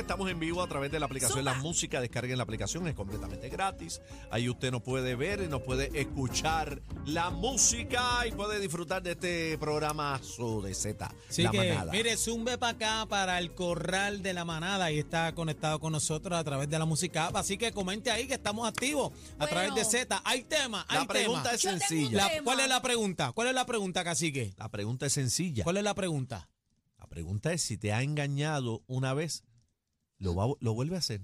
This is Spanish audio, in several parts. estamos en vivo a través de la aplicación La Música. Descarguen la aplicación, es completamente gratis. Ahí usted nos puede ver y nos puede escuchar la música y puede disfrutar de este programa su de Z. Así la que, manada. mire, zumbe para acá, para el corral de la manada. Y está conectado con nosotros a través de la música. app. Así que comente ahí que estamos activos a Bueno. través de Z. Hay tema, hay la pregunta tema. es Yo tengo un sencilla. La- tema. ¿Cuál es la pregunta? ¿Cuál es la pregunta, cacique? La pregunta es sencilla. ¿Cuál es la pregunta? La pregunta es si te ha engañado una vez, lo, va- lo vuelve a hacer.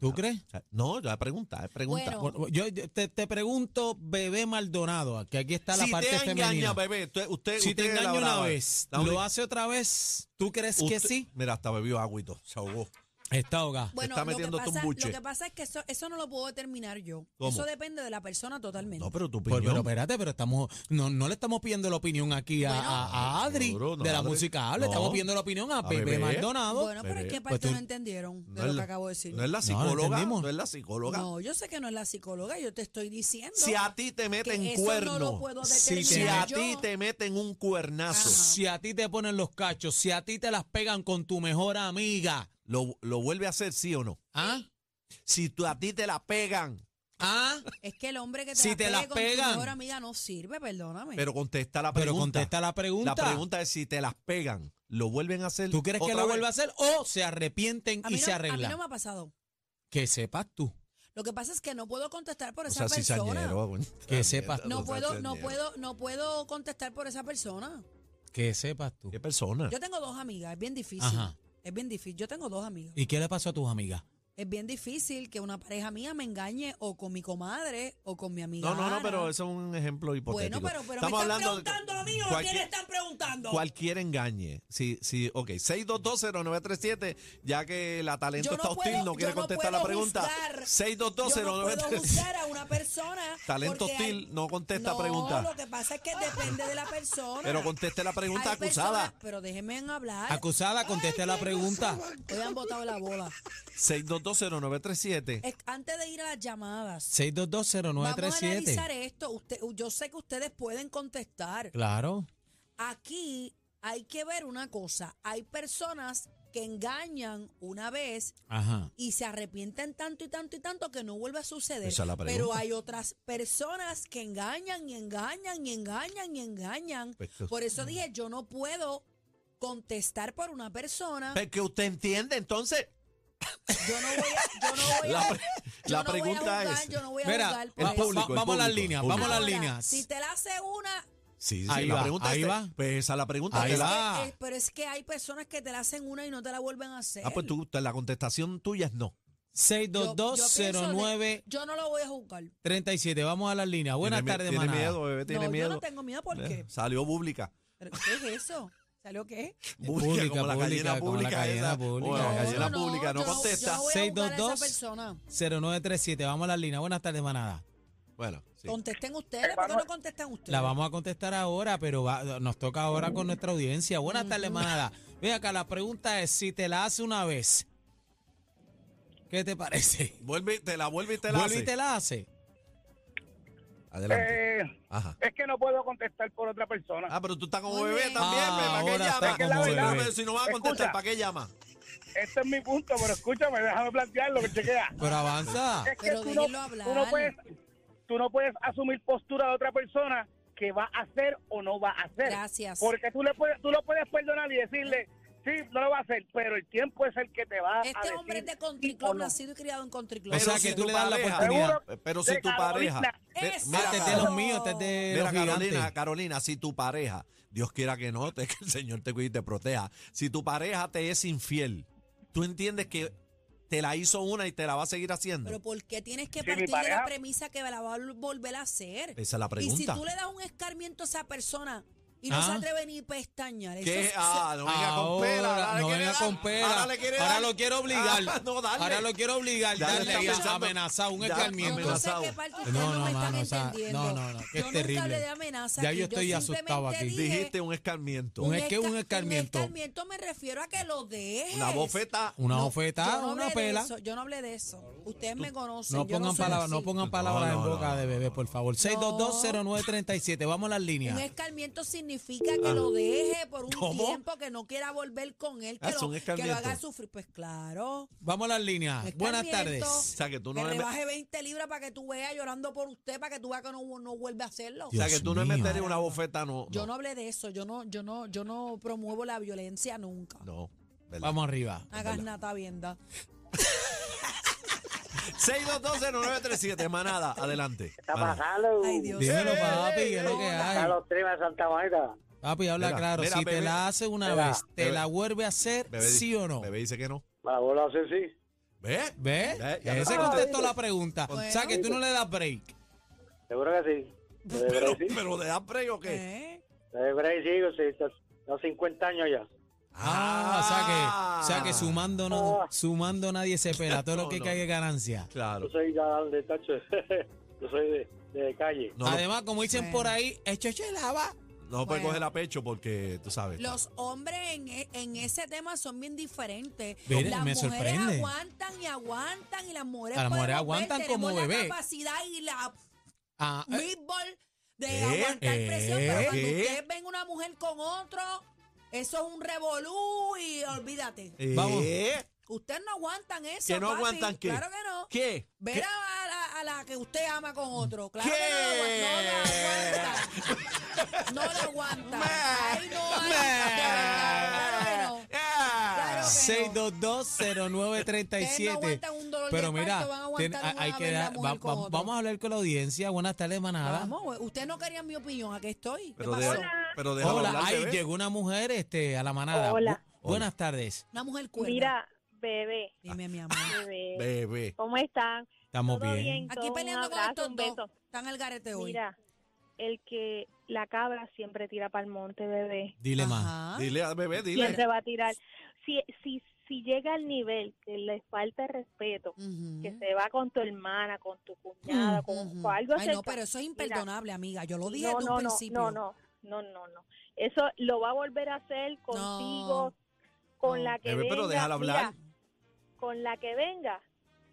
¿Tú crees? O sea, no, la pregunta, es pregunta. Bueno. Bueno, yo yo te, te pregunto, bebé Maldonado, que aquí está la si parte te femenina. engaña, bebé, usted, usted si te usted la engaña una brava. vez, La única- lo hace otra vez, ¿tú crees que usted- sí? Mira, hasta bebió agüito, se ahogó. Está ahogada. Bueno, está lo que metiéndote un pasa- buche. Lo que pasa es que eso, eso no lo puedo determinar yo. ¿Cómo? Eso depende de la persona totalmente. No, pero tu Pues, opinión. pero espérate, pero estamos, no, no le estamos pidiendo la opinión aquí a, Bueno. a- a Adri Seguro, no, de la Adri. música, Ah, le No. estamos pidiendo la opinión a, A Bebé, Bebé. Maldonado. bueno, pero Bebé, es que pues parte tú- no entendieron de es lo la- que acabo de decir. No es la No, psicóloga. No, entendimos. es la psicóloga. No, yo sé que no es la psicóloga, yo te estoy diciendo. si a ti te que meten eso cuerno, no lo puedo Si determinar. si a yo. ti te meten un cuernazo, Ajá. Si a ti te ponen los cachos, si a ti te las pegan con tu mejor amiga, lo, lo vuelve a hacer, sí o no. ¿ah? Si tú, a ti te la pegan, ¿Ah? Es que el hombre que te Si la te las pegue con tu pegan. mejor amiga no sirve, perdóname. pero contesta la pregunta. Pero contesta la La pregunta. pregunta es si te las pegan, ¿lo vuelven a hacer? ¿Tú crees que otra lo vez? vuelva a hacer o se arrepienten a y mí, se no, a mí arreglan? no me ha pasado. Que sepas tú. Lo que pasa es que no puedo contestar por O sea, esa si persona. sañero, coño. Que sepas tú. no O sea, puedo, no cizañero. puedo, no puedo contestar por esa persona. Que sepas tú. ¿Qué persona? Yo tengo dos amigas, es bien difícil. Ajá. Es bien difícil. Yo tengo dos amigas. ¿Y qué le pasó a tus amigas? Es bien difícil que una pareja mía me engañe o con mi comadre o con mi amiga. No, no, no, Ana. pero eso es un ejemplo hipotético. Bueno, pero, pero Estamos me están hablando de preguntando a mí o a cualquier- quién le están preguntando. Cualquier engañe. Sí, sí, ok. 6220937, ya que la talento Yo no está hostil, puedo- no quiere yo no contestar la puedo pregunta. juzgar. Yo no puedo 6220937. juzgar a una persona. Talento porque hostil, no contesta no, pregunta. Lo que pasa es que depende de la persona. Pero conteste la pregunta Hay acusada. personas- pero déjenme en hablar. Acusada, conteste la pregunta. Hoy han botado la bola. 6220937. Es- antes de ir a las llamadas, vamos a analizar 6220937. esto. Usted, yo sé que ustedes pueden contestar. Claro. Aquí hay que ver una cosa. Hay personas que engañan una vez Ajá. y se arrepienten tanto y tanto y tanto que no vuelve a suceder. Esa es la pregunta. Pero hay otras personas que engañan y engañan y engañan y engañan. Pues que- Por eso dije, yo no puedo contestar por una persona. Pero Pues que usted entiende, entonces. Yo no voy a, yo no voy a- La, pre- yo la no voy a pregunta juzgar, es. yo no voy a Mira, juzgar por el eso. público, el vamos a las público, líneas, el vamos a las Ahora, líneas. Si te la hace una, Sí, sí, Ahí la va, pregunta ahí es- va. Pues esa es la pregunta. Ahí que la- va. eh, eh, pero es que hay personas que te la hacen una y no te la vuelven a hacer. Ah, pues tú, la contestación tuya es no. Yo- yo pienso de- 6220937. Yo no lo voy a juzgar. Vamos a las líneas. Buenas Tiene mi- tardes, Tiene manada. miedo, bebé, tiene no, miedo. yo no tengo miedo Eh, porque. Salió pública. ¿Pero ¿Qué es eso? ¿Salió qué? Pública, Pública, como la pública, gallina como la pública. gallina esa. pública. Bueno, la No, gallina no, pública no, yo- contesta. Yo voy a juzgar a esa 622. persona. 0937. Vamos a las líneas. Buenas tardes, manada. Bueno, sí. Contesten ustedes, ¿por qué no contestan ustedes? La vamos a contestar ahora, pero va- nos toca ahora con nuestra audiencia. Buenas tardes, manada. Ve acá, la pregunta es, si te la hace una vez, ¿qué te parece? Vuelve, y te la vuelve y te la ¿Vuelve y hace. te la hace? Adelante. Eh, Ajá. es que no puedo contestar por otra persona. Ah, pero tú estás como Muy bebé bien. también, Ah, bebé, ¿para qué ahora llama? está Es que la como verdad, bebé. pero si no vas a contestar, Escucha. ¿para qué llama? Este es mi punto, pero escúchame, déjame plantearlo, que chequea. Pero avanza. Es que Pero tú no, déjenlo hablar. tú no puedes, tú no puedes asumir postura de otra persona que va a hacer o no va a hacer. Gracias. Porque tú, le puedes, tú lo puedes perdonar y decirle, sí, no lo va a hacer, pero el tiempo es el que te va a Este decir hombre es de sí Contriclón, o no. nacido y criado en Contriclón. O sea Pero que si tú tu le das la pareja- oportunidad. Pero si de tu Carolina. pareja. Ve- Eso. Mira, Ah, este es Carolina. de los míos, este es de Mira, los Carolina, gigantes. Carolina, si tu pareja, Dios quiera que no, te- que el Señor te cuide y te proteja. Si tu pareja te es infiel, tú entiendes que te la hizo una y te la va a seguir haciendo. Pero ¿por qué tienes que Si mi partir de la pareja- premisa que la va a volver a hacer? Esa es la Y si pregunta. tú le das un escarmiento a esa persona y no Ah. se atreve ni pestañar, eso ¿Qué? es- Ah, no venga con Ahora, pela. ahora le no quiere venga dar, con pela. Ahora, le quiere Ahora dar. lo quiero obligar. Ah, no, dale. Ahora lo quiero obligar. Ya le Dale, está ya, pensando. amenazado, un Ya, yo escarmiento. no sé amenazado. qué parte ustedes No, no, no, me están mano, o sea, entendiendo. no, no, no, que yo es terrible. nunca hablé de amenaza. Ya aquí, yo estoy asustado simplemente aquí. dije- Dijiste un escarmiento. Un- es que esca- escarmiento. Un escarmiento me refiero a que lo dejes. Una bofeta. Una No, oferta, yo no una hablé de pela. eso, yo no hablé de eso. Ustedes me conocen. No yo pongan, soy palabras, no así. pongan palabras No, no, en boca no, de bebé, por favor. 6220937, vamos a las Un líneas. escarmiento sin significa Ah. que lo deje por un ¿Cómo? tiempo, que no quiera volver con él, que, Ah, lo, son que lo haga escarmientos. sufrir. Pues claro. Vamos a las líneas. Buenas Escarmiento. O tardes. sea, que tú no que me- rebaje 20 libras para que tú veas llorando por usted, para que tú veas que no, no vuelve a hacerlo. o sea, que Dios tú no me mío. meterías una bofeta, no. Yo no hablé de eso, yo no, yo no, yo no promuevo la violencia nunca. No. ¿verdad? Vamos arriba. Ah, Hagas nata vienda. 6220937, manada, adelante. ¿Está Manada. pasando? Ay, Dios. Dímelo, Eh, papi, eh, ¿qué es lo que Está hay? los trimas de Santa Marta. Papi, habla Mira, claro. mira, si bebé. te la hace una Mira, vez, te bebé. la vuelve a hacer, Bebé dice- sí o no. Bebé dice que no. La bola hace sí. ¿Ves? ¿Ves? Ya, ya Ese está. contestó la pregunta. O sea, Bueno. que tú no le das break. Seguro que sí. Le Pero, deberé sí. pero le da prey o qué? ¿Eh? Le deberé sí. o sea, está- Los 50 años ya. Ah, o sea que, o sea que sumando, no, Ah. sumando nadie se pela. Todo lo que No, no. cae es ganancia. Claro. Yo soy ya de tacho. Yo soy de, de calle. No, lo- Además, como dicen Bueno. por ahí, es chochelaba. no puede Bueno. coger a pecho porque tú sabes. Los hombres en, e- en ese tema son bien diferentes. Mira, las me mujeres sorprende. aguantan y aguantan y las mujeres, Las mujeres podemos ver, aguantan tenemos como bebé. la capacidad y la Ah, eh, meatball de ¿Qué? aguantar presión, pero cuando ¿Qué? ustedes ven una mujer con otro, eso es un revolú y olvídate. Eh, vamos. Ustedes no aguantan eso. ¿Que no papi. aguantan qué? Claro que no. ¿Qué? Ver ¿Qué? A, la, a la que usted ama con otro. Claro ¿Qué? que no la aguanta. No la aguanta. Ahí no hay. Claro que no. Claro que no. 6220937. Ustedes no aguantan un dolor de Pero parto, mira, van a ten- aguantar una hay que vez la dar- va- mujer con va- otro. vamos a hablar con la audiencia. Buenas tardes, manada. Vamos, güey. Usted no quería mi opinión. ¿A qué estoy? ¿Qué Pero, pasó? de, pero déjalo Hola, hablar, ahí bebé. llegó una mujer este, a la manada. Hola. Bu- buenas tardes. Una mujer cuerda. Mira, bebé, Dime, mi amor. Ah, bebé, Bebé. ¿cómo están? Estamos ¿Todo bien. bien? Aquí Todo, peleando un con abrazo, estos un dos. beso. Están al garete hoy. Mira, el que la cabra siempre tira para el monte, bebé. Dile más. Ajá. Dile a bebé, dile. Siempre va a tirar. Si, si, si llega al nivel que le falta el respeto, Ujú. que se va con tu hermana, con tu cuñada, Ujú. con, con algo Ay, no, cerca, pero eso es mira, imperdonable, amiga. Yo lo dije no, desde no, un no, principio. No, no, no, no, no. Eso lo va a volver a hacer contigo, con no. la que Bebé, venga. pero déjala hablar. mira, con la que venga,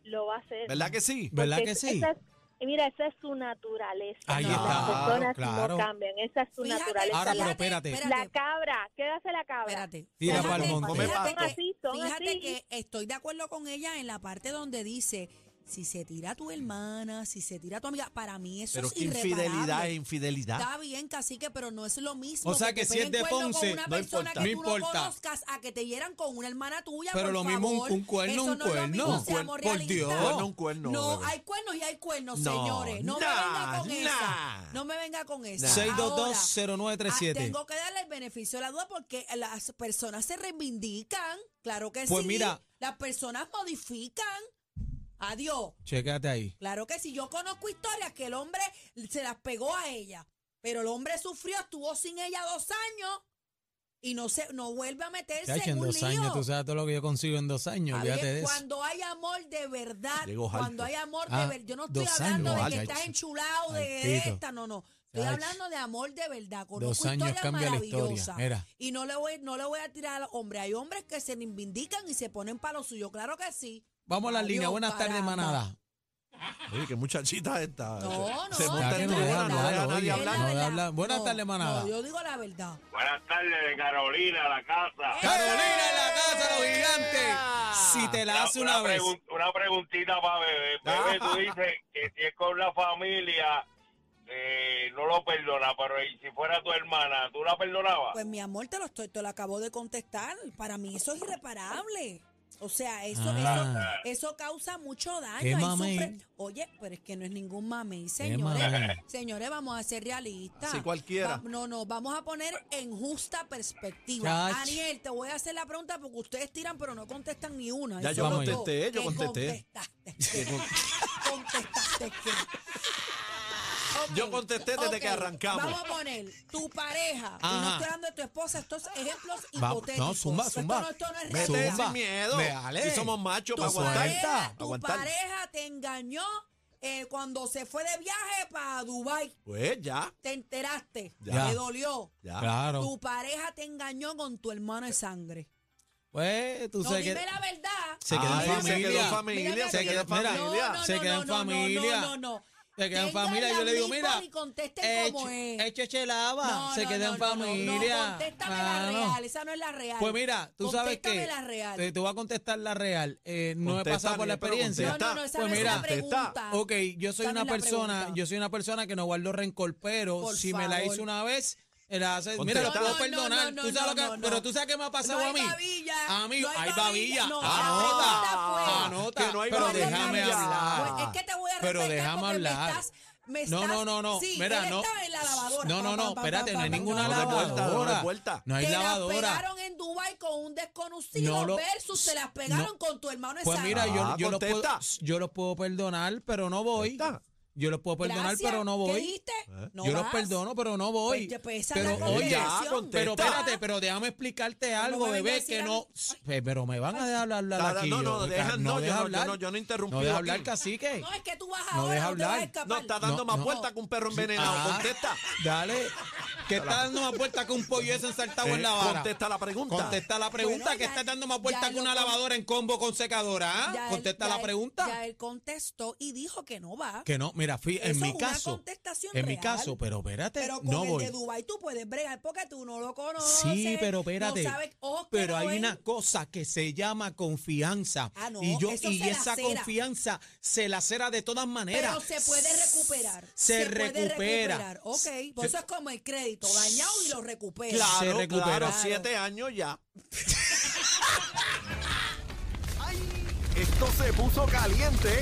lo va a hacer. ¿Verdad que sí? ¿Verdad Porque que es- sí? esa es- y mira, esa es su naturaleza. Ahí Las está, personas claro. no cambian, esa es su Fíjate, naturaleza. Ahora, la, pero espérate. la cabra, quédase la cabra. Espérate. Tira Fíjate- pa'l monte. Come Fíjate, pasto. que, Son así, son fíjate así. que estoy de acuerdo con ella en la parte donde dice, si se tira tu hermana, si se tira tu amiga, para mí eso Pero es qué infidelidad es irreparable. infidelidad. Está bien, cacique, pero no es lo mismo. O sea, que te si peguen es de cuerno con Ponce, una no persona importa. que No tú no importa. conozcas a que te hieran con una hermana tuya. Pero por lo mismo un- favor. un cuerno, Eso un no es lo mismo, cuerno. Un seamos cuerno, por realistas. Dios. Cuerno, un cuerno, No, bebé. hay cuernos y hay cuernos, No, señores. No nah, me venga con nah. esa. No me venga con esa. Nah. Ahora, 6220937. Ah, tengo que darle el beneficio de la duda porque las personas se reivindican, claro que Pues sí. mira. Las personas modifican. Adiós. Chécate ahí. Claro que sí. Yo conozco historias que el hombre se las pegó a ella, pero el hombre sufrió, estuvo sin ella dos años y no se, no vuelve a meterse Chacho, en en un dos lío. años, tú sabes todo lo que yo consigo en dos años. Está Olvídate bien, de eso. cuando hay amor de verdad, Llegó alto. cuando hay amor Ah, de verdad, yo no estoy dos hablando años, de que alto. estás enchulado de, de Altito. esta, no, no. Estoy Ay. hablando de amor de verdad. Conozco Dos años historias cambia la historia. maravillosas. Mira. Y no le voy, no le voy a tirar al hombre. Hay hombres que se reivindican y se ponen para lo suyo. Claro que sí. Vamos a las Adiós, líneas. Buenas tardes, caramba. manada. Oye, qué muchachita esta. No, no. Se Ya monta que en no una, deja no hablar, deja a oye. nadie Es la hablar. No, verdad. habla- buenas tardes, manada. No, yo digo la verdad. Buenas tardes de Carolina, la casa. Carolina en ¡Eh! la casa, los gigantes. Si te la hace una vez. pregun- una preguntita para bebé. Bebé, tú dices que si es con la familia, eh, no lo perdona, pero ¿y si fuera tu hermana, ¿tú la perdonabas? Pues mi amor, te lo estoy, te lo acabo de contestar. Para mí eso es irreparable. O sea, eso, Ah. eso, eso causa mucho daño. Qué Ahí mamey. sufre- Oye, pero es que no es ningún mamey, señores. mamey. Señores, vamos a ser realistas. Así cualquiera. Va- no, no, vamos a poner en justa perspectiva. Chach. Daniel, te voy a hacer la pregunta porque ustedes tiran, pero no contestan ni una. Ya Y yo solo contesté, tú, yo que contesté. Contestaste. contestaste que. Ok, Yo contesté desde ok. que arrancamos. Vamos a poner tu pareja, y no Ajá. estoy hablando de tu esposa, estos ejemplos Va- hipotéticos. no, zumba, zumba. Esto no, esto no es Vete, realidad. Mete Zumba. sin miedo. Véale. Aquí somos machos Tu para pareja, aguantar. tu aguantar. pareja te engañó eh, cuando se fue de viaje para Dubai. Pues ya, Te enteraste, Ya. te dolió. ya. Claro. Tu pareja te engañó con tu hermano de sangre. Pues tú No, sabes dime que. la verdad. Se quedó en Ay, Ah, Se quedó familia. en familia, Mírame, se quedó en mira, familia. se queda en No, familia. no, no, no, no, no. Se quedan en Tengan familia. la Yo le digo, uniforme mira. eh, y contesten eche- como es. eche chelaba. No, se no, quedan no, en no, no, familia. No, contéstame la Mano. real, esa no es la real. Pues mira, tú sabes que. Contéstame la real. Te, te voy a contestar la real. Eh, no he Contesta, pasado por la nene, pero experiencia. no, contesta. no, no, esa Pues no es la mira, pregunta. Ok, yo soy Esa no una es la persona, pregunta. yo soy una persona que no guardo rencor, pero Por si me la favor. hizo una vez, me la hace, mira, Contesta. la puedo No, no, perdonar. no, Tú sabes lo que- no, no, Pero no. tú sabes qué me ha pasado No hay a mí. babilla, a mí, no hay hay babilla. babilla. Ah, No, la anota, pregunta fue- anota. Que no hay pero babilla. déjame Pues, hablar. Pues es que te voy a Pero recalcar déjame porque me hablar. estás- me No, estás- no, no, no. Sí, Mira, él no. estaba en la lavadora. No, Pa, no, no, pa, pa, espérate, pa, no hay pa, pa, ninguna pa, pa. vuelta, no, de lavadora. vuelta. No hay te lavadora. las pegaron en Dubai con un desconocido No lo- versus te las pegaron no. con tu hermano en Pues mira, San- yo, Ah, yo, los puedo, contesta. yo los puedo perdonar, pero no voy. Contesta. Yo los puedo perdonar, Gracias. pero no ¿Qué voy. dijiste? No yo los vas. perdono, pero no voy. Pues, pues, esa es la pero oye, contestación. ah, contesta. pero espérate, pero déjame explicarte algo, me vengas a bebé, decir que a no. mí. Pe- Pero me van a dejar hablar Nada, aquí. no, no, yo, deja- ca- no, yo deja no- yo hablar. no- yo no he interrumpido No deja aquí. hablar, cacique. No, es que tú vas No ahora, deja no te vas a hablar. escapar. No, está dando No, más no. vueltas que un perro envenenado. Ah, Contesta. Dale. Que está dando más puerta que un pollo ese ensartado en Eh, la vara. contesta la pregunta. Contesta la pregunta, Bueno, que ya- está dando más ya puerta que lo una con- lavadora en combo con secadora. ¿ah? Ya él- Contesta ya la él- pregunta. Ya él contestó y dijo que no va. Que no, mira, fui, en Eso mi es una caso. contestación En mi real. caso, pero espérate, Pero con no el voy. de Dubai tú puedes bregar porque tú no lo conoces. Sí, pero espérate. No sabes, oh, ojos que pero no hay ven. una cosa que se llama confianza. Ah, no, y yo, eso y se esa lacera. confianza se la cera de todas maneras. Pero se puede recuperar. Se, puede recupera. recuperar. Ok, pues eso es como el crédito, dañado y lo recupera. Claro, Se recupera. claro, Claro. siete años ya. Esto se puso caliente.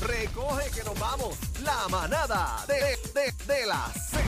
Recoge que nos vamos. La manada de, de, de la Z.